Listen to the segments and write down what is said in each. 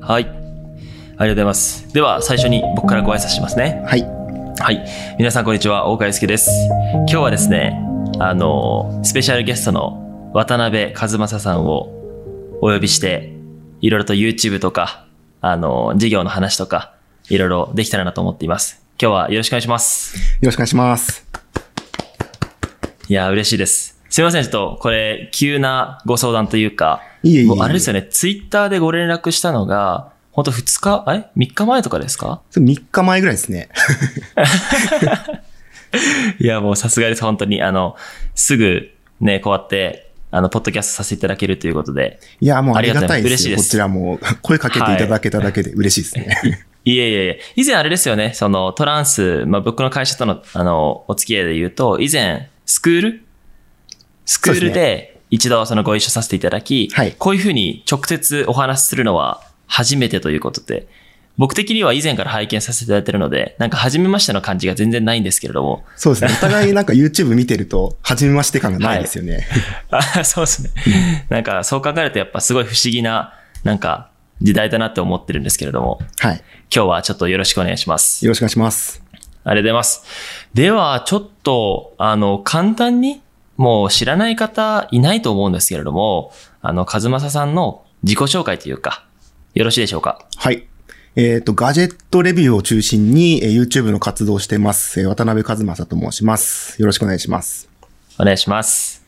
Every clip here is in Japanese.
はい。ありがとうございます。では、最初に僕からご挨拶しますね。はい。はい。皆さん、こんにちは。大川祐介です。今日はですね、あの、スペシャルゲストの渡辺和正さんをお呼びして、いろいろと YouTube とか、あの、事業の話とか、いろいろできたらなと思っています。今日はよろしくお願いします。よろしくお願いします。いやー、嬉しいです。すいません、ちょっと、これ、急なご相談というか、いえいえいえもうあれですよね、ツイッターでご連絡したのが、ほんと2日、あれ ?3 日前とかですかそれ3日前ぐらいですね。いや、もうさすがです、本当に。あの、すぐね、こうやって、あの、ポッドキャストさせていただけるということで。いや、もうありがたあいりがたいで嬉しすいでよ。こすちらも声かけていただけただけで嬉しいですね。いえいえいえ、以前あれですよね、そのトランス、まあ、僕の会社との、あの、お付き合いで言うと、以前、スクールスクーそうルですで一度そのご一緒させていただき、はいこういうふうに直接お話しするのは初めてということで、僕的には以前から拝見させていただいてるので、なんか初めましての感じが全然ないんですけれども、そうですね。お互いなんか YouTube 見てると、初めまして感がないですよね。あ そうですね。なんか、そう考えるとやっぱすごい不思議な、なんか、時代だなって思ってるんですけれども、はい。今日はちょっとよろしくお願いします。よろしくお願いします。ありがとうございます。では、ちょっと、あの、簡単に、もう知らない方いないと思うんですけれども、あの、和正さんの自己紹介というか、よろしいでしょうか。はい。えっ、と、ガジェットレビューを中心に、えー YouTube の活動をしてます。えー渡辺和正と申します。よろしくお願いします。お願いします。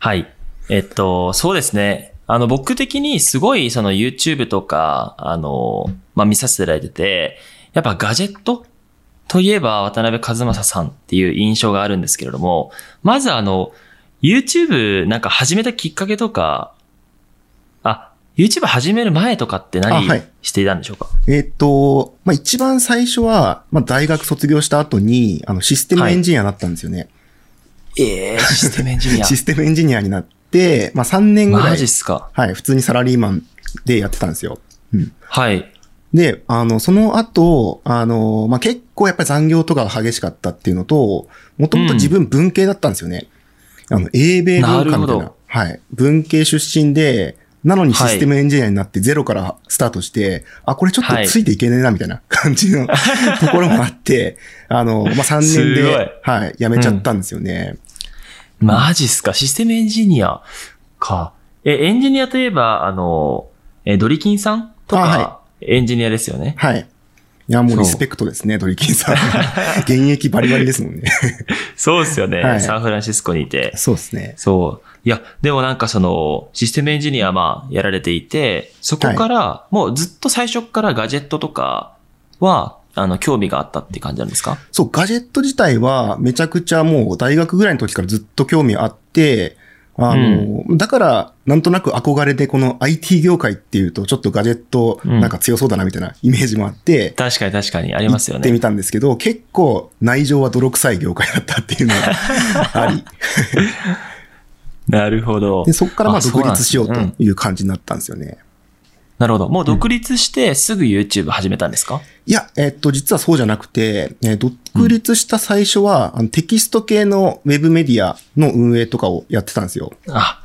はい。えっと、そうですね。あの、僕的にすごいその YouTube とか、あの、まあ、見させていただいてて、やっぱガジェットといえば渡辺和正さんっていう印象があるんですけれども、まずあの、YouTube なんか始めたきっかけとか、あ、YouTube 始める前とかって何あはいしていたんでしょうか、えっ、と、まあ、一番最初は、まあ、大学卒業した後に、あの、システムエンジニアになったんですよね。ええ システムエンジニア。システムエンジニアになって、まあ、3年ぐらい。マジっすかはい、普通にサラリーマンでやってたんですよ。うん。はい。で、あの、その後、あの、まあ、結構やっぱり残業とかが激しかったっていうのと、もともと自分文系だったんですよね。あの、英米文化みたいなるなほどはい。文系出身で、なのにシステムエンジニアになってゼロからスタートして、あ、これちょっとついていけねえなみたいな 感じ のところもあって、あの、まあ、3年すごいで、はい、辞めちゃったんですよね。マジっすかシステムエンジニアか。え、エンジニアといえば、あの、え、ドリキンさんとか、あはエンジニアですよね。はい。いや、もうそうリスペクトですね、ドリキン さん。現役バリバリですもんね。そうですよね、はいサンフランシスコにいて。そうですね。そう。いや、でもなんかその、システムエンジニア、まあ、やられていて、そこから、もうずっと最初からガジェットとかは、あの、興味があったって感じなんですかそう、ガジェット自体はめちゃくちゃもう大学ぐらいの時からずっと興味あって、あの、だから、なんとなく憧れでこの IT 業界っていうと、ちょっとガジェットなんか強そうだなみたいなイメージもあって、確かに確かに、あり行ますよってね。みたんですけど、結構内情は泥臭い業界だったっていうのが あり、なるほど。でそこからまああそう独なんで立すしようとうんいう感じになったんですよね。なるほど。もう独立して、すぐ YouTube 始めたんですか、いや、えっと、実はそうじゃなくて、えー独立した最初は、あのテキスト系のウェブメディアの運営とかをやってたんですよ。あ、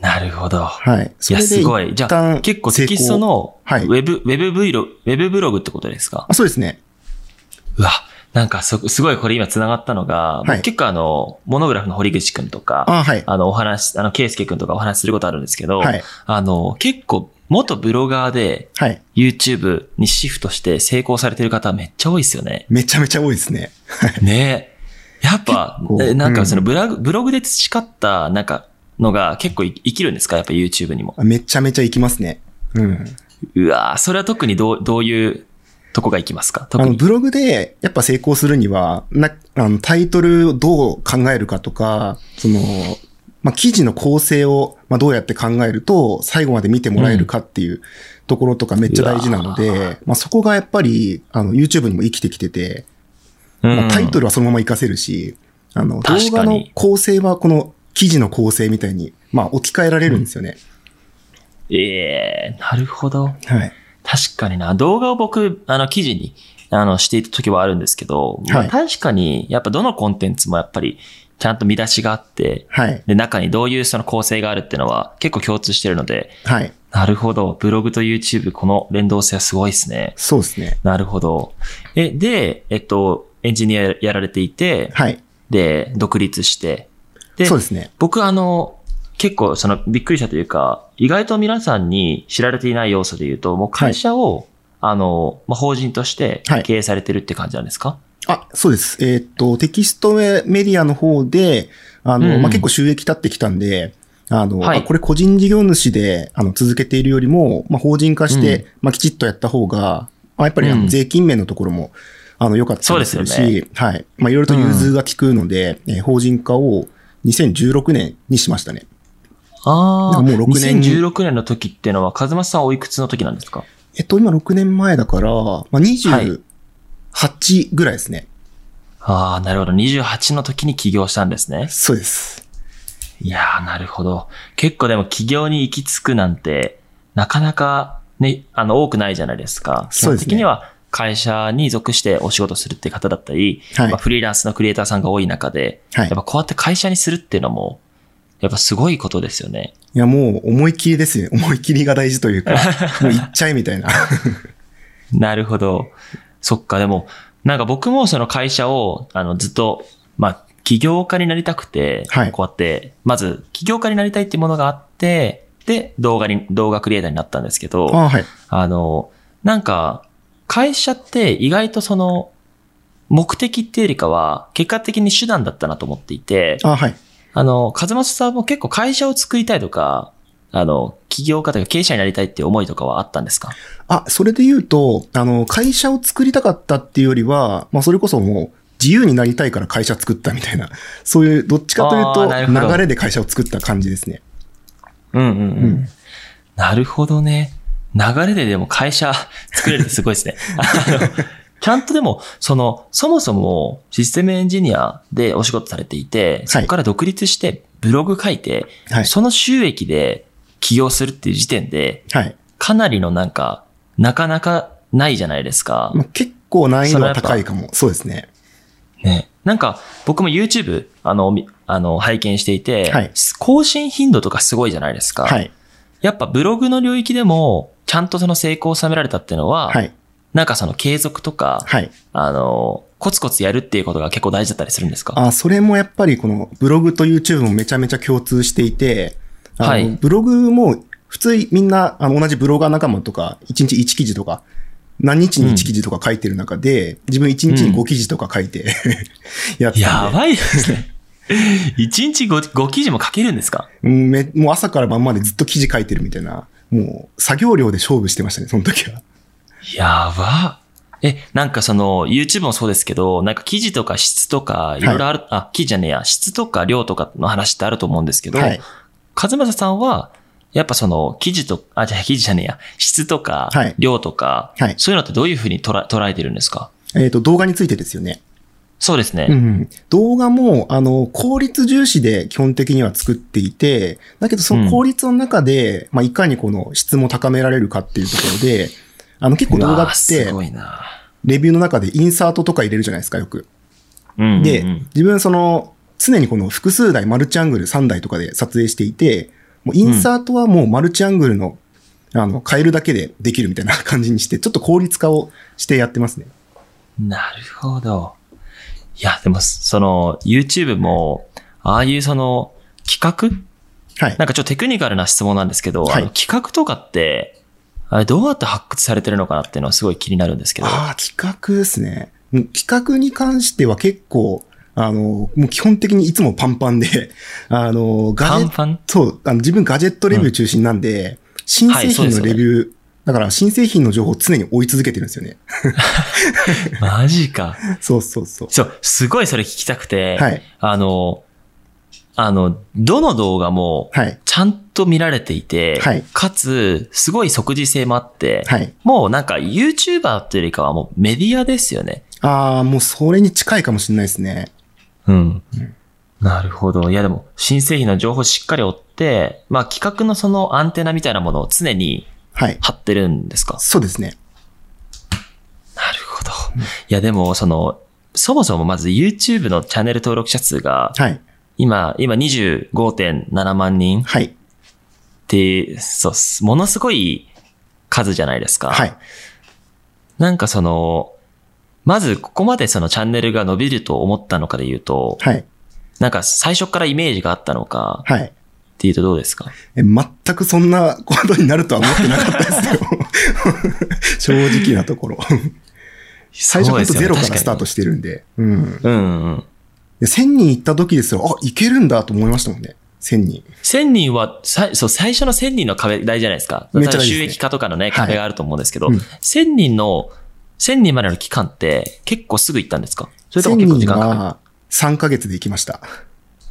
なるほど。はい。いそや、れですごい。一じゃ旦あ、結構成テ功キスト。の、ウはいェブ、ウェブブイロ、ウェブブログってことですかあ、そうですね。うわ、なんかそ、すごいこれ今繋がったのが、はい結構あの、モノグラフの堀口くんとか、あ、はい。あの、お話、あの、ケイスケくんとかお話しすることあるんですけど、はい。あの、結構、元ブロガーではい。 YouTube にシフトして成功されてる方めっちゃ多いですよね。めちゃめちゃ多いですね。 ねえ。やっぱ結、構えなんかそのうブログ、ブログで培った、なんか、のが結構い生きるんですかやっぱ YouTube にも。めちゃめちゃ行きますね。うん。うわーそれは特にどう、どういうとこがいきますかあ特の、に。ブログで、やっぱ成功するには、な、あの、タイトルをどう考えるかとか、その、まあ、記事の構成を、まあ、どうやって考えると、最後まで見てもらえるかっていうところとかめっちゃ大事なので、うまあ、そこがやっぱり、あの、YouTube にも生きてきてて、まあうんタイトルはそのまま活かせるし、あの、確かに動画の構成はこの記事の構成みたいに、まあ置き換えられるんですよね。ええなるほど。はい。確かにな。動画を僕、あの、記事に、あの、していた時はあるんですけど、まあはい確かに、やっぱどのコンテンツもやっぱり、ちゃんと見出しがあって、はい。で、中にどういうその構成があるっていうのは結構共通してるので、はい。なるほど。ブログと YouTube、この連動性はすごいですね。そうですね。なるほど。え、で、えっと、エンジニアやられていて、はい。で、独立して。でそう、ですね。僕あの、結構そのびっくりしたというか、意外と皆さんに知られていない要素で言うと、もう会社を、あの、まあ、法人としてはい経営されてるって感じなんですか、あ、そうです。えーっと、テキストメディアの方で、あの、うんうんまあ、結構収益立ってきたんで、あの、はいあこれ個人事業主で、あの、続けているよりも、まあ、法人化して、うんまあ、きちっとやった方が、まあ、やっぱりあのうん税金面のところも、あの、良かったりするし、そうですはい。まあ、いろいろと融通が効くので、えー法人化を2016年にしましたね。ああ、もう6年に2016年の時っていうのは、和正さんはおいくつの時なんですかえっと、今6年前だから、まあ、28ぐらいですね。ああ、なるほど。28の時に起業したんですね。そうです。いやー、なるほど。結構でも起業に行き着くなんて、なかなかね、あの、多くないじゃないですか。そうで基すね本的には会社に属してお仕事するって方だったり、はいまあ、。フリーランスのクリエイターさんが多い中で、はいやっ。ぱこうやって会社にするっていうのも、やっぱすごいことですよね。いや、もう思い切りですね。 思い切りが大事という か、もう行っちゃえみたいな。 なるほど。そっか、でも、なんか僕もその会社を、あの、ずっと、まあ、起業家になりたくて、はいこうやって、まず、起業家になりたいっていうものがあって、で、動画に、動画クリエイターになったんですけど、ああはい。あの、なんか、会社って意外とその、目的っていうよりかは、結果的に手段だったなと思っていて、ああはい。あの、風松さんも結構会社を作りたいとか、あの、起業家とか経営者になりたいっていう思いとかはあったんですかあ、それで言うと、あの、会社を作りたかったっていうよりは、まあ、それこそもう、自由になりたいから会社作ったみたいな、 そういう、どっちかというあーなるほと、ど流れで会社を作った感じですね。うんうんううんん。なるほどね。流れででも会社作れるってすごいですね。あのちゃんとでも、その、そもそもシステムエンジニアでお仕事されていて、そこから独立してブログ書いて、はい。その収益で起業するっていう時点で、はい。かなりのなんか、なかなかないじゃないですか。まあ、結構難易度は高いかも。そうですね。ね。なんか、僕も YouTube、あの、みあの、拝見していて、はい更新頻度とかすごいじゃないですか。はい。やっぱブログの領域でも、ちゃんとその成功を収められたっていうのは、はい。なんかその継続とか、はい。あの、コツコツやるっていうことが結構大事だったりするんですかあ、それもやっぱりこのブログと YouTube もめちゃめちゃ共通していて、あのはいブログも普通みんなあの同じブロガー仲間とか、1日1記事とか、何日に1記事とか書いてる中で、自分1日に5記事とか書いて、 やってたやんでばいですね。1日 5, 5記事も書けるんですかうんめ、もう朝から晩までずっと記事書いてるみたいな、もう作業量で勝負してましたね、その時は。やば。え、なんかその、YouTube もそうですけど、なんか記事とか質とか、いろいろある、あ、記事じゃねえや、質とか量とかの話ってあると思うんですけど、はい。和正さんは、やっぱその、記事と、あ、じゃあ記事じゃねえや、質とかはい、量とか、はいそういうのってどういうふうに捉え捉えてるんですかえっ、と、動画についてですよね。そうですね。うん、動画も、あの、効率重視で基本的には作っていて、だけどその効率の中で、まあ、いかにこの質も高められるかっていうところで、あの、結構動う画わーっすて、ごいな。レビューの中でインサートとか入れるじゃないですか、よく。うんうんうんで、自分その、常にこの複数台マルチアングル3台とかで撮影していて、もうインサートはもうマルチアングルの、あの、変えるだけでできるみたいな感じにして、ちょっと効率化をしてやってますね。なるほど。いや、でも、その、YouTube も、ああいうその、企画はい。なんかちょっとテクニカルな質問なんですけど、はいあの企画とかって、あれどうやって発掘されてるのかなっていうのはすごい気になるんですけど。ああ、企画ですね。もう企画に関しては結構、あの、もう基本的にいつもパンパンで、 あの、ガパジェンッパント、あの自分ガジェットレビュー中心なんで、新製品のレビュー、だから新製品の情報を常に追い続けてるんですよね。 マジか。そうそうそう。そう、すごいそれ聞きたくて、はい。あの、あの、どの動画も、はい。ちゃんと見られていて、はいかつ、すごい即時性もあって、はい。もうなんか YouTuber っていうよりかはもうメディアですよね。ああ、もうそれに近いかもしれないですね。うん。なるほど。いやでも、新製品の情報をしっかり追って、まあ企画のそのアンテナみたいなものを常にはい。張ってるんですかそうですね。なるほど。いやでも、その、そもそもまず YouTube のチャンネル登録者数が、はい。今、今25.7万人はい。って、そうっす。ものすごい数じゃないですか。はい。なんかその、まずここまでそのチャンネルが伸びると思ったのかで言うと、はい。なんか最初からイメージがあったのかはい。っていうとどうですかえ全くそんなことになるとは思ってなかったですよ。 正直なところ。最そう初ほんですとよねゼロからスタートしてるんで。うん。確かにうんうん。で1000人行った時ですよ。あ、いけるんだと思いましたもんね。1000人。 1000人は、さそう、最初の1000人の壁大じゃないですか。めっちゃ大事です収ね益化とかのね、い壁があると思うんですけど、うん1000人の、1000人までの期間って結構すぐ行ったんですかそれとも結1000構時人間かかるは3ヶ月で行きました。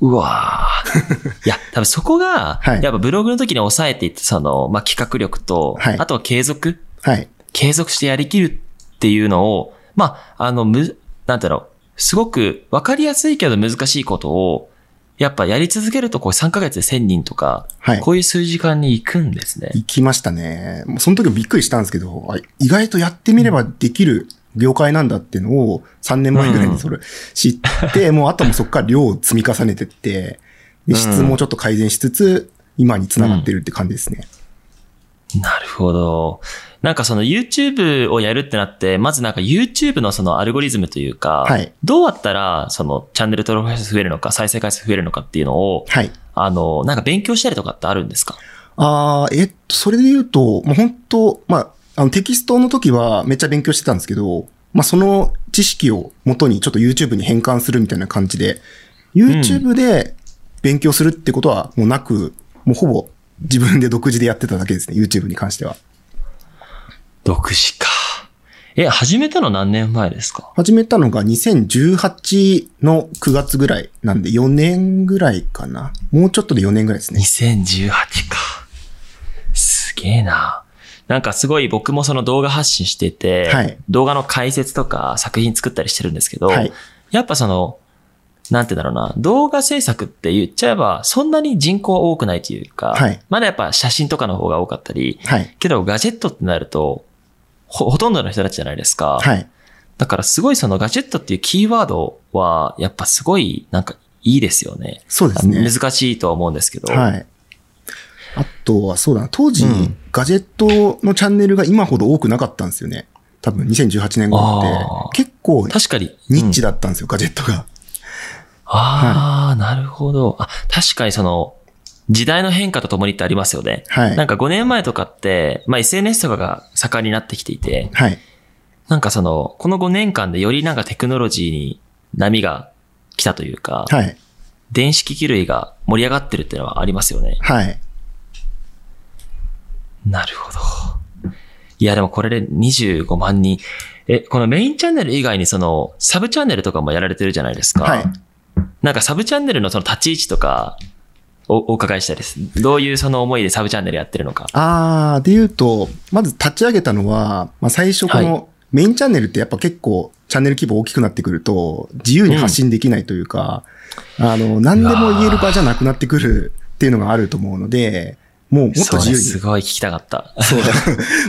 うわー いや、多分そこが、はいやっぱブログの時に抑えていって、その、まあ、企画力と、はいあとは継続はい。継続してやりきるっていうのを、まあ、あの、む、なんだろう、すごくわかりやすいけど難しいことを、やっぱやり続けるとこう3ヶ月で1000人とか、はいこういう数時間に行くんですね。行きましたね。もうその時もびっくりしたんですけど、あ意外とやってみればできる業界なんだっていうのを3年前ぐらいにそれ知 って、もうあともそこから量を積み重ねてって、で質もちょっと改善しつつ、今に繋がってるって感じですね。なるほど。なんかその YouTube をやるってなって、まずなんか YouTube のそのアルゴリズムというか、はいどうやったらそのチャンネル登録者数増えるのか、再生回数増えるのかっていうのを、はい。あの、なんか勉強したりとかってあるんですかあーえっと、それで言うと、もう本当まあ、あのテキストの時はめっちゃ勉強してたんですけど、まあその知識を元にちょっと YouTube に変換するみたいな感じで、YouTube で勉強するってことはもうなく、もうほぼ自分で独自でやってただけですね、YouTube に関しては。独自か。え、始めたの何年前ですか始めたのが2018の9月ぐらいなんで4年ぐらいかな。もうちょっとで4年ぐらいですね。 2018か。すげえな。なんかすごい僕もその動画発信してて、はい動画の解説とか作品作ったりしてるんですけど、はいやっぱその、なんて言うんだろうな、動画制作って言っちゃえば、そんなに人口は多くないというか、はいまだやっぱ写真とかの方が多かったり、はい。けどガジェットってなると、ほ、ほとんどの人たちじゃないですか。はい。だからすごいそのガジェットっていうキーワードは、やっぱすごいなんかいいですよね。そうですね。難しいとは思うんですけど。はい。あとは、そうだな、当時、うんガジェットのチャンネルが今ほど多くなかったんですよね。多分、2018年頃あーって。結構、確かに。ニッチだ。だったんですよ、ガジェットが。ああ、なるほど。あ、確かにその、時代の変化とともにってありますよね。はいなんか5年前とかって、まあ SNS とかが盛んになってきていて、はい。なんかその、この5年間でよりなんかテクノロジーに波が来たというか、はい。電子機器類が盛り上がってるっていうのはありますよね。はい。なるほど。いや、でもこれで25万人。え、このメインチャンネル以外にその、サブチャンネルとかもやられてるじゃないですか。はい。なんかサブチャンネルのその立ち位置とか、お、お伺いしたいです。どういうその思いでサブチャンネルやってるのか。あー、で言うと、まず立ち上げたのは、まあ、最初この、はメインチャンネルってやっぱ結構チャンネル規模大きくなってくると自由に発信できないというか、あの、何でも言える場じゃなくなってくるっていうのがあると思うので、もうもっとそう自ね由にすごい聞きたかった。そう。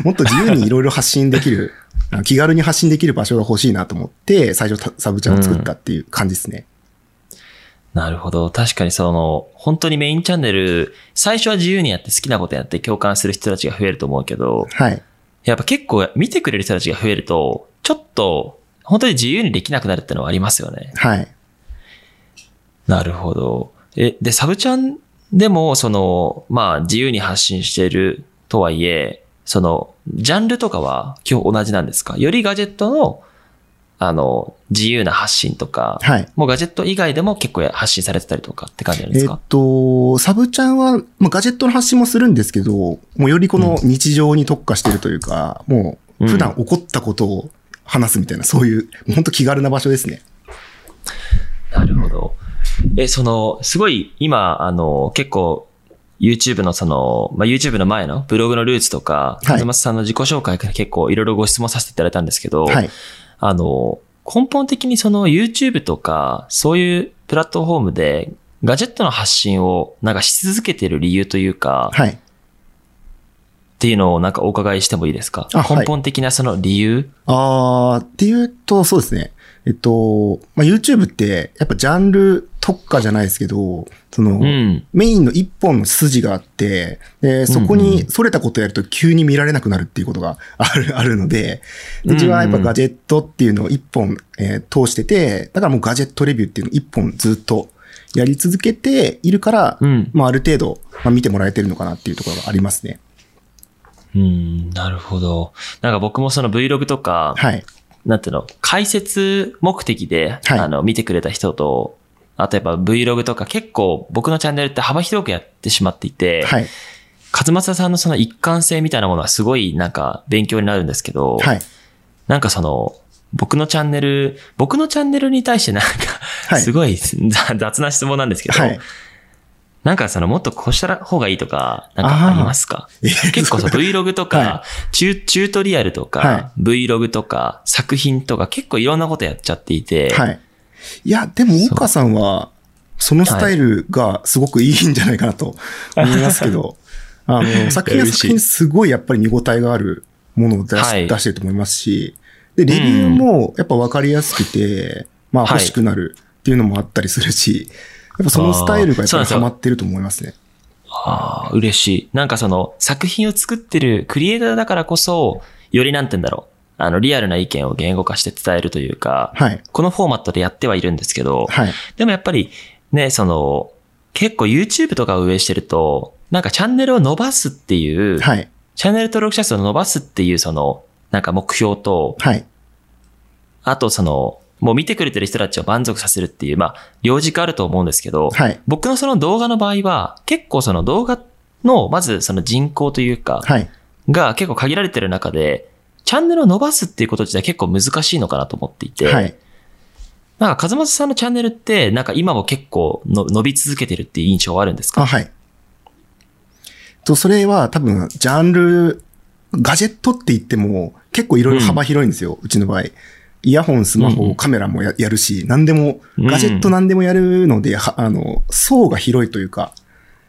もっと自由にいろいろ発信でき る、あの気軽に発信できる場所が欲しいなと思って、最初たサブチャンを作ったっていう感じですね。なるほど。確かにその、本当にメインチャンネル、最初は自由にやって好きなことやって共感する人たちが増えると思うけど、はい。やっぱ結構見てくれる人たちが増えると、ちょっと、本当に自由にできなくなるってのはありますよね。はい。なるほど。え、で、サブチャンでも、その、まあ、自由に発信しているとはいえ、その、ジャンルとかは基本同じなんですかよりガジェットの、あの、自由な発信とか、はい。もうガジェット以外でも結構発信されてたりとかって感じなんでえすっか、と、サブチャンは、まあ、ガジェットの発信もするんですけど、もうよりこの日常に特化してるというか、もう普段起こったことを話すみたいな、そういう、本当気軽な場所ですね。なるほど。え、その、すごい、今、あの、結構、YouTube のその、まあ、YouTube の前のブログのルーツとか、はい風松さんの自己紹介から結構いろいろご質問させていただいたんですけど、はい。あの、根本的にその YouTube とか、そういうプラットフォームで、ガジェットの発信をなんかし続けてる理由というか、はい。っていうのをなんかお伺いしてもいいですかあはい根本的なその理由、あー、っていうと、そうですね。えっと、まあ、YouTube って、やっぱジャンル特化じゃないですけど、そうの、ん。メインの一本の筋があって、で、そこうんうにそれたことをやると急に見られなくなるっていうことが ある、あるので、で自分はやっぱガジェットっていうのを一本、えー通してて、だからもうガジェットレビューっていうのを一本ずっとやり続けているから、うん。まあある程度、まあ、見てもらえてるのかなっていうところがありますね。うん、なるほど。なんか僕もその Vlog とか、はい。なんていうの、解説目的で、はいあの、見てくれた人と、あとやっぱ Vlog とか結構僕のチャンネルって幅広くやってしまっていて、はい。勝正さんのその一貫性みたいなものはすごいなんか勉強になるんですけど、はい。なんかその、僕のチャンネル、僕のチャンネルに対してなんか、はいすごい ざ雑な質問なんですけど、はい。なんかそのもっとこうした方がいいとか、なんかありますかえ 結構さ、Vlog とか、はチュチュートリアルとか、は Vlog とか、作品とか、結構いろんなことやっちゃっていて、はい。いや、でも、岡さんは、そのスタイルがすごくいいんじゃないか なと思いますけど、あの、作品は嬉しい作品すごいやっぱり見応えがあるものを出し,、はい出してると思いますし、で、レビューもやっぱ分かりやすくて、まあはい欲しくなるっていうのもあったりするし、やっぱそのスタイルがやっぱあーそうなんりですよハマってると思いますね。ああ、嬉しい。なんかその、作品を作ってるクリエイターだからこそ、よりなんて言うんだろう。あの、リアルな意見を言語化して伝えるというか、はい。このフォーマットでやってはいるんですけど、はい。でもやっぱり、ね、その、結構 YouTube とかを運営してると、なんかチャンネルを伸ばすっていう、はい。チャンネル登録者数を伸ばすっていうその、なんか目標と、はい。あとその、もう見てくれてる人たちを満足させるっていう、まあ、両軸あると思うんですけど、はい。僕のその動画の場合は、結構その動画の、まずその人口というか、はい。が結構限られてる中で、チャンネルを伸ばすっていうこと自体結構難しいのかなと思っていて、はい。なんか、風松さんのチャンネルって、なんか今も結構の伸び続けてるっていう印象はあるんですかあ、はい。と、それは多分、ジャンル、ガジェットって言っても、結構いろいろ幅広いんですよ、うちの場合。イヤホン、スマうんうホ、んカメラもややるし、何でも、ガジェット何でもやるので、はあの、層が広いというか、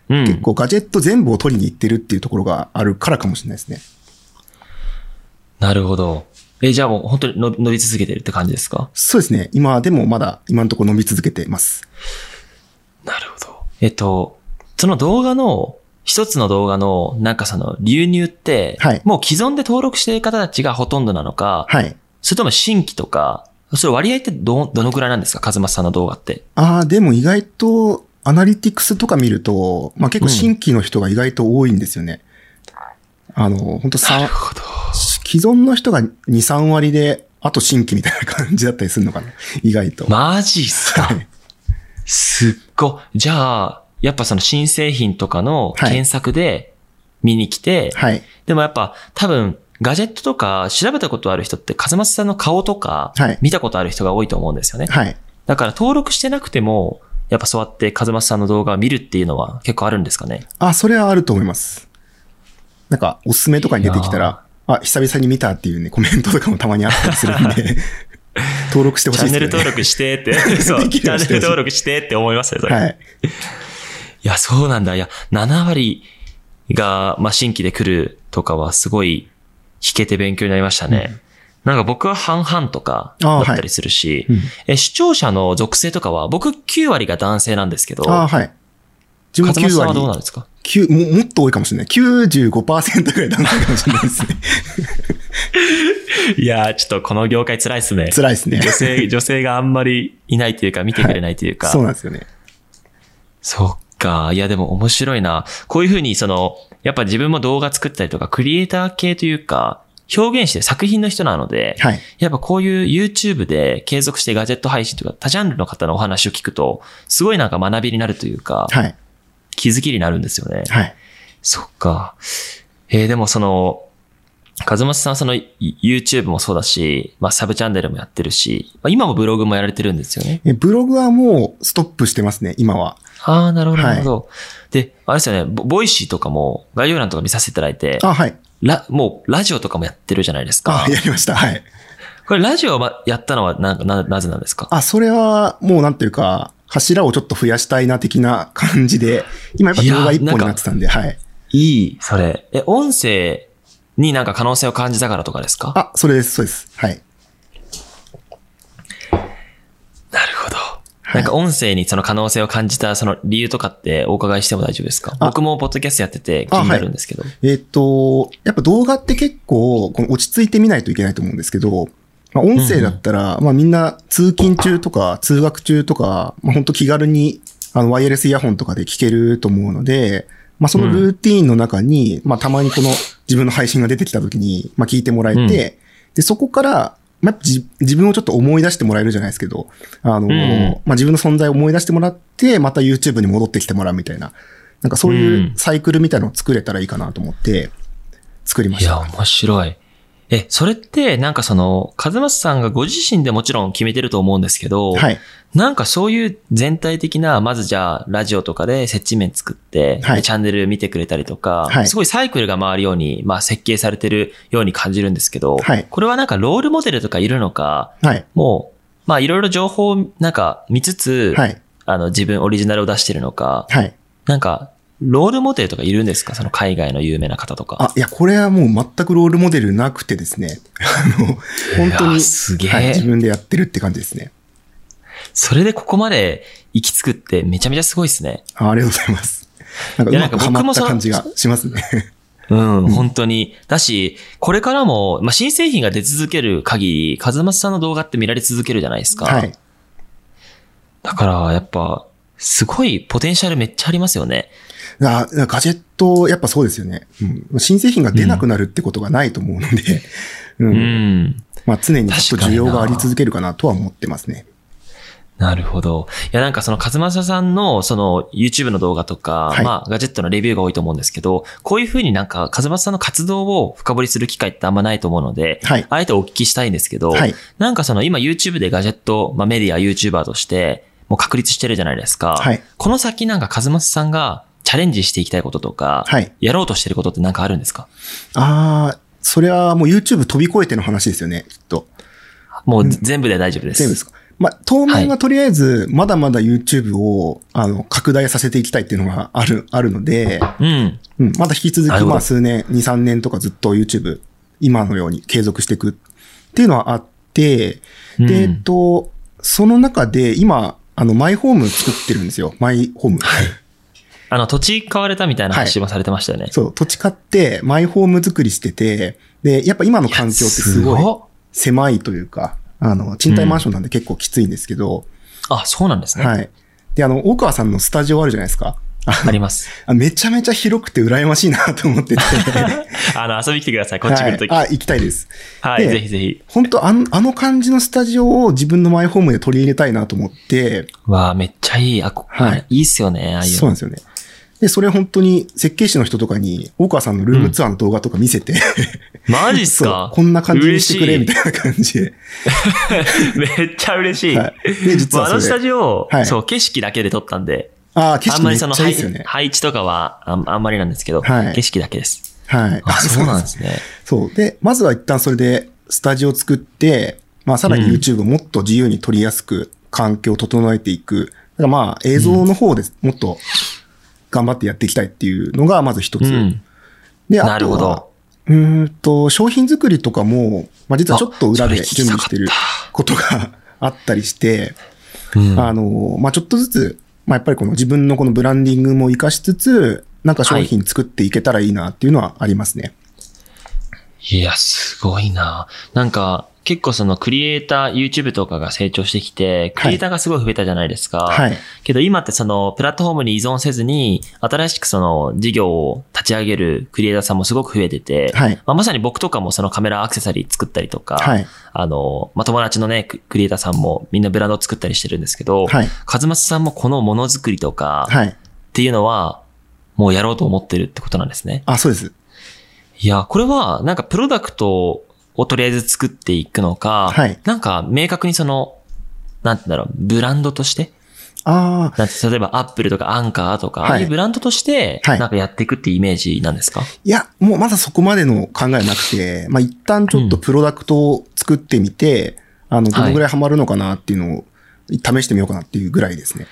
うん。結構ガジェット全部を取りに行ってるっていうところがあるからかもしれないですね。なるほど。え、じゃあもう本当に伸び伸び続けてるって感じですかそうですね。今でもまだ、今のところ伸び続けてます。なるほど。えっと、その動画の、一つの動画の、なんかその流入って、はいもう既存で登録している方たちがほとんどなのか、はい。それとも新規とか、それ割合ってど、どのくらいなんですか風松さんの動画って。ああ、でも意外と、アナリティクスとか見ると、まあ結構新規の人が意外と多いんですよね。あの、本当3、ほど。既存の人が2、3割で、あと新規みたいな感じだったりするのかな意外と。マジっすかはいすっご。じゃあ、やっぱその新製品とかのはい検索で見に来て、はい。でもやっぱ多分ガジェットとか調べたことある人って風松さんの顔とかはい見たことある人が多いと思うんですよね。はい。だから登録してなくても、やっぱそうやって風松さんの動画を見るっていうのは結構あるんですかね。あ、それはあると思います。なんか、おすすめとかに出てきたいやら、あ、久々に見たっていうね、コメントとかもたまにあったりするん で、登録してほチしいャでンネすよルね。登録して って、そう、でチきるャンようにネしてほしいル登録してって思いますね、それ。、はいい。や、そうなんだ。いや、7割が、まあ、新規で来るとかはすごい弾けて勉強になりましたね。なんか僕は半々とかだったりするし、うんえ視聴者の属性とかは、僕9割が男性なんですけど、あーはい。自分風間9さんはどう割なんですか 9も、もっと多いかもしれない。95%ぐらい男性かもしれないですね。 いやー、ちょっとこの業界辛いですね。辛いですね女。 性、女性があんまりいないというか、見てくれないというか。そうなんですよね。そっか。いや、でも面白いな。こういうふうに、その、やっぱ自分も動画作ったりとか、クリエイター系というか、表現して作品の人なので、はい。やっぱこういう YouTube で継続してガジェット配信とか、多ジャンルの方のお話を聞くと、すごいなんか学びになるというか、はい。気づきになるんですよね。はい。そっか。えーでもその、風松さんはそのい YouTube もそうだし、まあサブチャンネルもやってるし、まあ今もブログもやられてるんですよね。えブログはもうストップしてますね、今は。ああ、なるほど、はいなるほど。で、あれですよね、ボボイシーとかも概要欄とか見させていただいて、あ、はい。ラもうラジオとかもやってるじゃないですかあ、。やりました。はい。これラジオをまやったのはな、な、なぜなんですかあ、それはもうなんていうか、柱をちょっと増やしたいな的な感じで、今やっぱ動画一いやなん本にかなってたんで、はい。いい、それ。え、音声になんか可能性を感じたからとかですかあ、それです、そうです。はい。なるほど。なんか音声にその可能性を感じたその理由とかってお伺いしても大丈夫ですかあ僕もポッドキャストやってて気になるんですけど。えっと、やっぱ動画って結構、この落ち着いて見ないといけないと思うんですけど、まあ、音声だったら、まあみんな通勤中とか通学中とか、まあ本当気軽にあのワイヤレスイヤホンとかで聞けると思うので、まあそのルーティーンの中に、まあたまにこの自分の配信が出てきた時に、まあ聞いてもらえて、うんで、そこから、まあ、やっぱじ自分をちょっと思い出してもらえるじゃないですけど、あの、んまあ自分の存在を思い出してもらって、また YouTube に戻ってきてもらうみたいな、なんかそういううんサイクルみたいなのを作れたらいいかなと思って、作りまいした。や、面白い。え、それってなんかその、和正さんがご自身でもちろん決めてると思うんですけど、はい。なんかそういう全体的な、まずじゃあ、ラジオとかで設置面作って、はいでチャンネル見てくれたりとか、はいすごいサイクルが回るように、まあ設計されてるように感じるんですけど、はいこれはなんかロールモデルとかいるのか、はい。もう、まあいろいろ情報をなんか見つつ、はい。あの自分オリジナルを出してるのか、はい。なんか、ロールモデルとかいるんですかその海外の有名な方とか。あ、いや、これはもう全くロールモデルなくてですね。あの、本当いやに、すげえ、はい、自分でやってるって感じですね。それでここまで行き着くってめちゃめちゃすごいですね。あありがとうございます。なんいやなんか、かうまくハ僕マもっそたの感じがしますね。うん、本当に。だし、これからも、まあ、新製品が出続ける限り、風松さんの動画って見られ続けるじゃないですか。はい。だから、やっぱ、すごいポテンシャルめっちゃありますよね。あガジェット、やっぱそうですよね。うん、新製品が出なくなるってことがないと思うので、うん。うん。まあ常にちょっと需要があ確かにりな続けるかなとは思ってますね。なるほど。いや、なんかその、風正さんの、その、YouTube の動画とか、はいまあ、ガジェットのレビューが多いと思うんですけど、こういうふうになんか、風正さんの活動を深掘りする機会ってあんまないと思うので、はいあえてお聞きしたいんですけど、はい。なんかその、今 YouTube でガジェット、まあ、メディア、YouTuber として、もう確立してるじゃないですか。はい。この先なんか、和正さんがチャレンジしていきたいこととか、はい。やろうとしてることってなんかあるんですかああ、それはもう YouTube 飛び越えての話ですよね、きっと。もう全部で大丈夫です。全部ですか。まあ、当面はとりあえず、まだまだ YouTube を、あの、拡大させていきたいっていうのがある、あるので、うん。うん、まだ引き続なるき、ほどまあ、数年、2、3年とかずっと YouTube、今のように継続していくっていうのはあって、うんで、えっと、その中で、今、あの、マイホーム作ってるんですよ。マイホーム。あの、土地買われたみたいな話もされてましたよね。そう、土地買って、マイホーム作りしてて、で、やっぱ今の環境ってすごいや狭いというか、あの、賃貸マンションなんで結構きついんですけど、あ、そうなんですね。はい。で、あの、大川さんのスタジオあるじゃないですか。あります。 あめちゃめちゃ広くて羨ましいなと思ってて。あの、遊びに来てくださ い。こっち来るとき。はいはあ、行きたいです。い、でぜひぜひ。本当あの、あの感じのスタジオを自分のマイホームで取り入れたいなと思って、わあ、めっちゃいい。あ、こはいいいっすよね。ああいうの。そうなんですよね。で、それ本当に設計士の人とかに、大川さんのルームツアーの動画とか見せて、 マジっすそかう、こんな感じにしてくれ、みいたいな感じで。な。めっちゃ嬉しい。はい。で、実もうあはそれ。のスタジオ、はいそう、景色だけで撮ったんで、ああ、景あん色まめりっちそのゃい配いですよね。配置とかはあんあんまりなんですけど、はい景色だけです。はい。。あ、そうなんです すね。そう。で、まずは一旦それでスタジオ作って、まあさらにうん YouTube をもっと自由に撮りやすく環境を整えていく。だからまあ映像の方でもっと頑張ってやっていきたいっていうのがまず一つ。うん。で、あとはなるほど。うーんと、商品作りとかも、まあ実はちょっと裏で準備してるあことがあったりして、うんあの、まあちょっとずつ、まあやっぱりこの自分のこのブランディングも活かしつつ、なんか商品作っていけたらいいなっていうのはありますね。いや、すごいな。なんか、結構そのクリエイター、YouTube とかが成長してきて、クリエイターがすごい増えたじゃないですか。はい。けど今ってそのプラットフォームに依存せずに、新しくその事業を立ち上げるクリエイターさんもすごく増えてて、はい。まあ、まさに僕とかもそのカメラアクセサリー作ったりとか、はい。あの、まあ、友達のね、ククリエイターさんもみんなブランドを作ったりしてるんですけど、はい。和松さんもこのものづくりとかはい。っていうのは、もうやろうと思ってるってことなんですね。あ、そうです。いや、これは、なんかプロダクトをとりあえず作っていくのか、はいなんか明確にその、なんて言うんだろう、ブランドとして、ああ、なんて例えばアップルとかアンカーとか、はいああいうブランドとして、はいなんかやっていくってイメージなんですか、いや、もうまだそこまでの考えはなくて、まあ一旦ちょっとプロダクトを作ってみて、あの、どのぐらいハマるのかなっていうのを試してみようかなっていうぐらいですね。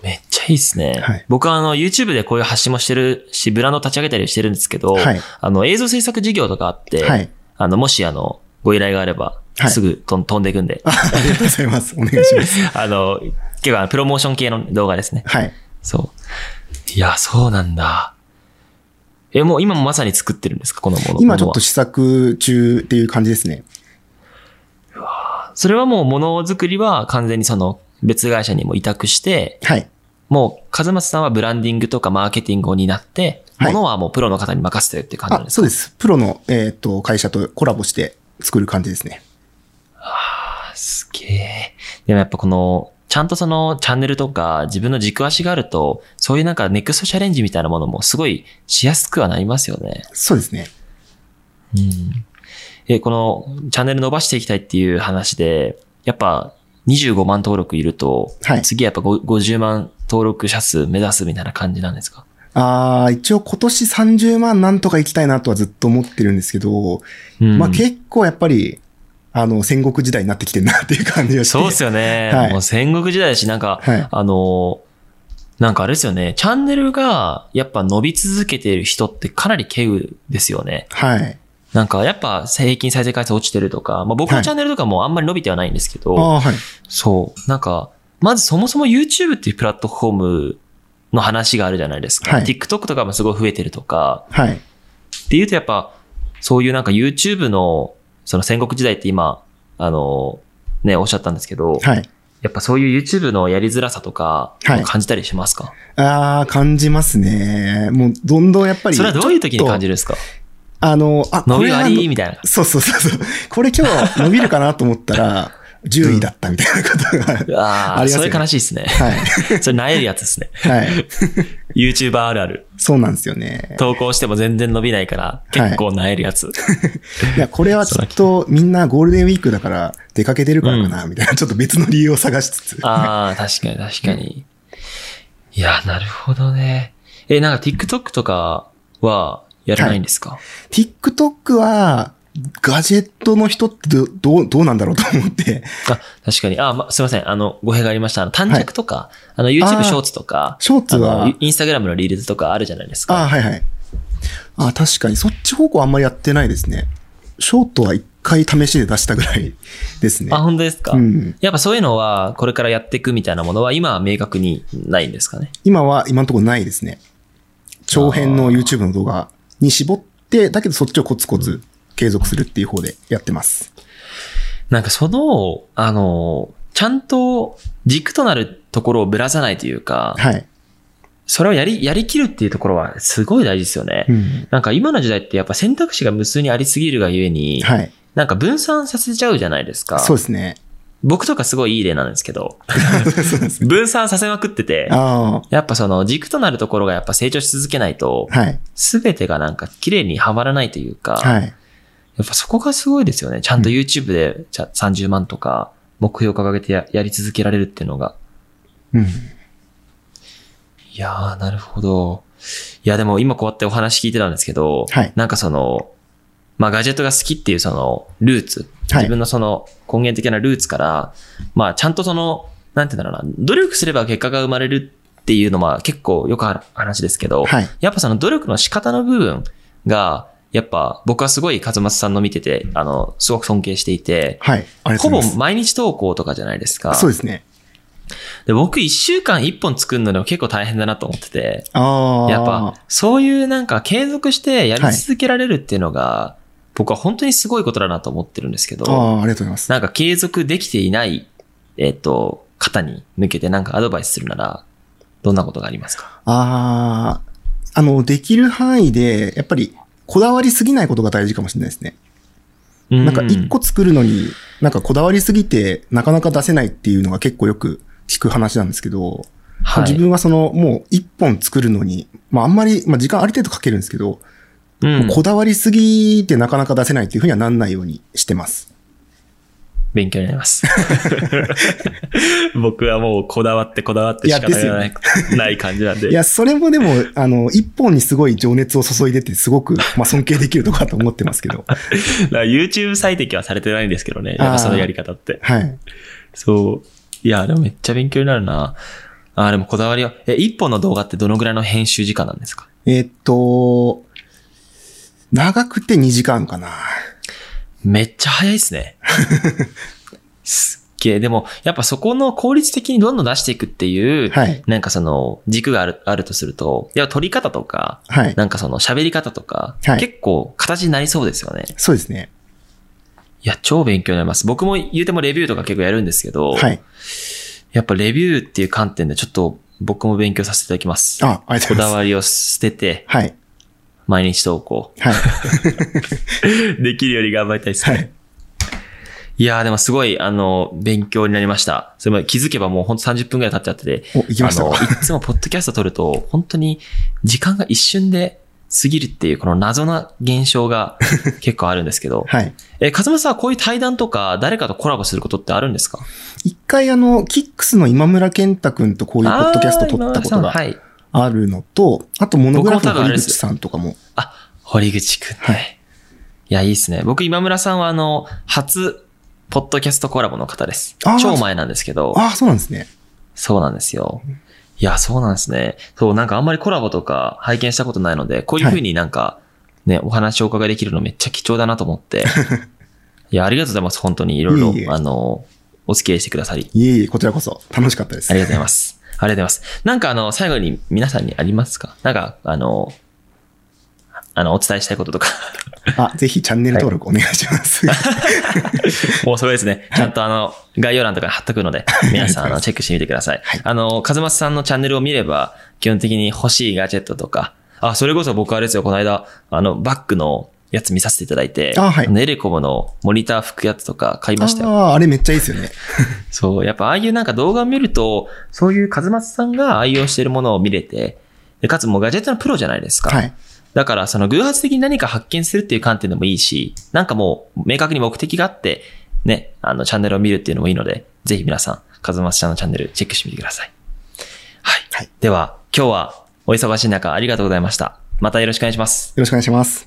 めっちゃいいですね。はい僕はあの YouTube でこういう発信もしてるし、ブランド立ち上げたりしてるんですけど、はいあの映像制作事業とかあって、はい。あの、もしあの、ご依頼があれば、はいすぐとん飛んでいくんで、あありがとうございます。お願いしま す。あの、結構あの、プロモーション系の動画ですね。はい。そう。いや、そうなんだ。え、もう今もまさに作ってるんですかこのもの。今ちもょっとのは試作中っていう感じですね。それはもうものづくりは完全にその別会社にも委託して、はい。もう、和正さんはブランディングとかマーケティングを担って、はいものはもうプロの方に任せてるって感じなんあで、すそうです。プロの、えっ、と、会社とコラボして作る感じですね。かすげえ。でもやっぱこの、ちゃんとそのチャンネルとか自分の軸足があると、そういうなんかネクストチャレンジみたいなものもすごいしやすくはなりますよね。そうですね。うん。え、このチャンネル伸ばしていきたいっていう話で、やっぱ25万登録いると、はい次はやっぱご50万登録者数目指すみたいな感じなんですかああ、一応今年30万なんとか行きたいなとはずっと思ってるんですけど、うん。まあ結構やっぱり、あの、戦国時代になってきてるなっていう感じがして。そうっすよね。はいもう戦国時代だし、なんか、は いあの、なんかあれですよね、チャンネルがやっぱ伸び続けている人ってかなり稀有ですよね。はい。なんかやっぱ平均再生回数落ちてるとか、まあ僕はのいチャンネルとかもあんまり伸びてはないんですけど、ああ、はい。そう、なんか、まずそもそも YouTube っていうプラットフォームの話があるじゃないですか。はい TikTok とかもすごい増えてるとか、はい。っていうとやっぱ、そういうなんか YouTube の、その戦国時代って今、あの、ね、おっしゃったんですけど、はい。やっぱそういう YouTube のやりづらさとかはい感じたりしますか、ああ、感じますね。もうどんどんやっぱり。それはどういう時に感じるるんですかあの、あ、伸びはありみたいな。そうそうそうそう。これ今日伸びるかなと思ったら、10位だったみたいなことが。ああ、ありますそよねれ悲しいですね。 はい。それ萎えるやつですね。はい。 YouTuber あるある。そうなんですよね。投稿しても全然伸びないから、結構萎えるやつ。いや、これはちょっとみんなゴールデンウィークだから出かけてるからかな、みたいな、ちょっと別の理由を探しつつ。ああ、確かに確かに。いや、なるほどね。え、なんか TikTok とかはやらないんですか、 TikTok は、ガジェットの人ってどどう、どうなんだろうと思って、あ、確かに。あ、ま、すいません。あの、語弊がありました。あの、短尺とか、あの、あ YouTube ーショーツとか、ショーツあはの、、インスタグラムのリールズとかあるじゃないですか。ああ、はいはい。ああ、確かに、そっち方向あんまりやってないですね。ショートは一回試しで出したぐらい ですね。あ、本当ですか、うん。やっぱそういうのは、これからやっていくみたいなものは、今は明確にないんですかね。今は、今のところないですね。長編の YouTube の動画に絞って、だけどそっちをコツコツ継続するっていう方でやってます。なんかその、あの、ちゃんと軸となるところをぶらさないというか、はい。それをやり、やりきるっていうところはすごい大事ですよね。うん。なんか今の時代ってやっぱ選択肢が無数にありすぎるがゆえに、はい。なんか分散させちゃうじゃないですか。そうですね。僕とかすごいいい例なんですけど、そうですね。分散させまくってて、あやっぱその軸となるところがやっぱ成長し続けないとあ、、はい。すべてがなんか綺麗にはまらないというか、はい。やっぱそこがすごいですよね。ちゃんと YouTube でじゃあ30万とか目標を掲げてややり続けられるっていうのが。うん。いやー、なるほど。いや、でも今こうやってお話聞いてたんですけど、はいなんかその、まあガジェットが好きっていうそのルーツ、はい自分のその根源的なルーツから、まあちゃんとその、なんて言うんだろうな、努力すれば結果が生まれるっていうのは結構よくある話ですけど、はい。やっぱその努力の仕方の部分が、やっぱ僕はすごい勝松さんの見てて、あの、すごく尊敬していて、はい。ありがとほうごぼざいま毎日投稿とかじゃないですか。す。そうですね。で僕一週間一本作るのでも結構大変だなと思ってて、ああ。やっぱ、そういうなんか継続してやり続けられるっていうのが、僕は本当にすごいことだなと思ってるんですけあど、あ、ありがとうございます。なんか継続できていない、えっ、と、方に向けてなんかアドバイスするなら、どんなことがありますかああ、あの、できる範囲で、やっぱり、こだわりすぎないことが大事かもしれないですね。なんか、一個作るのに、なんかこだわりすぎて、なかなか出せないっていうのが結構よく聞く話なんですけど、はい自分はその、もう一本作るのに、まあ、あんまり、まあ、時間ある程度かけるんですけど、うんこだわりすぎてなかなか出せないっていうふうにはなんないようにしてます。勉強になり ます。僕はもうこだわってこだわって仕方がないない感じなんで。いや、それもでも、あの、一本にすごい情熱を注いでて、すごく、まあ、尊敬できるとこだと思ってま すけど。だから YouTube 最適はされてないんですけどね。やっぱそのやり方って。はい。そう。いや、でもめっちゃ勉強になるな。あー、でもこだわりは。え、一本の動画ってどのぐらいの編集時間なんですかえーっと、長くて2時間かな。 めっちゃ早いですね。すっけでも、やっぱそこの効率的にどんどん出していくっていう、はい。なんかその軸があるあるとすると、いや、取り方とか、はい。なんかその喋り方とか、はい結構形になりそうですよね。そうですね。いや、超勉強になります。僕も言うてもレビューとか結構やるんですけど、はい。やっぱレビューっていう観点でちょっと僕も勉強させていただきます。あ、ありがことうごだざいます。わりを捨てて、はい。毎日投 稿はい。できるように頑張りたいですね。はいい、やーでもすごい、あの、勉強になりました。それも気づけばもうほんと30分くらい経っちゃってて、お、行きましたあの、か。いつもポッドキャスト撮ると、本当に時間が一瞬で過ぎるっていう、この謎な現象 が結構あるんですけど、はい。え、風間さんはこういう対談とか、誰かとコラボすることってあるんですか一回あの、キックスの今村健太くんとこういうポッドキャスト撮っあー今たこと村さがんはい。あるのと、あとモノグラフの堀口さんとかも。あ、堀口くんね。、はいや、いいですね。僕、今村さんは、あの、初、ポッドキャストコラボの方ですあー。超前なんですけど、ああ、そうなんですね。そうなんですよ。いや、そうなんですね。そう、なんかあんまりコラボとか拝見したことないので、こういうふうになんか、ね、お話をお伺いできるのめっちゃ貴重だなと思 って。いや、ありがとうございます。本当にいろいろいえいえ、あの、お付き合いしてくださり。いえいえ、こちらこそ楽しかったです。ありがとうございます。ありがとうございます。なんかあの、最後に皆さんにありますかなんか、あの、あの、お伝えしたいこととか。あ、ぜひチャンネル登録お願いします。もうそれですね。ちゃんとあの、概要欄とかに貼っとくので、皆さんあの、チェックしてみてください。あの、かずまさんのチャンネルを見れば、基本的に欲しいガジェットとか、あ、それこそ僕あれですよ、この間、あの、バッグのやつ見させていただいて、あはいのエレコムのモニター拭くやつとか買いましたよ。ああ、あれめっちゃいいですよね。そう、やっぱああいうなんか動画を見ると、そういうかずまさんが愛用しているものを見れて、でかつもうガジェットのプロじゃないですか。はい。だから、その偶発的に何か発見するっていう観点でもいいし、なんかもう明確に目的があって、ね、あの、チャンネルを見るっていうのもいいので、ぜひ皆さん、カズマスちゃんのチャンネルチェックしてみてください。はい。はいでは、今日はお忙しい中ありがとうございました。またよろしくお願いします。よろしくお願いします。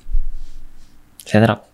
さよなら。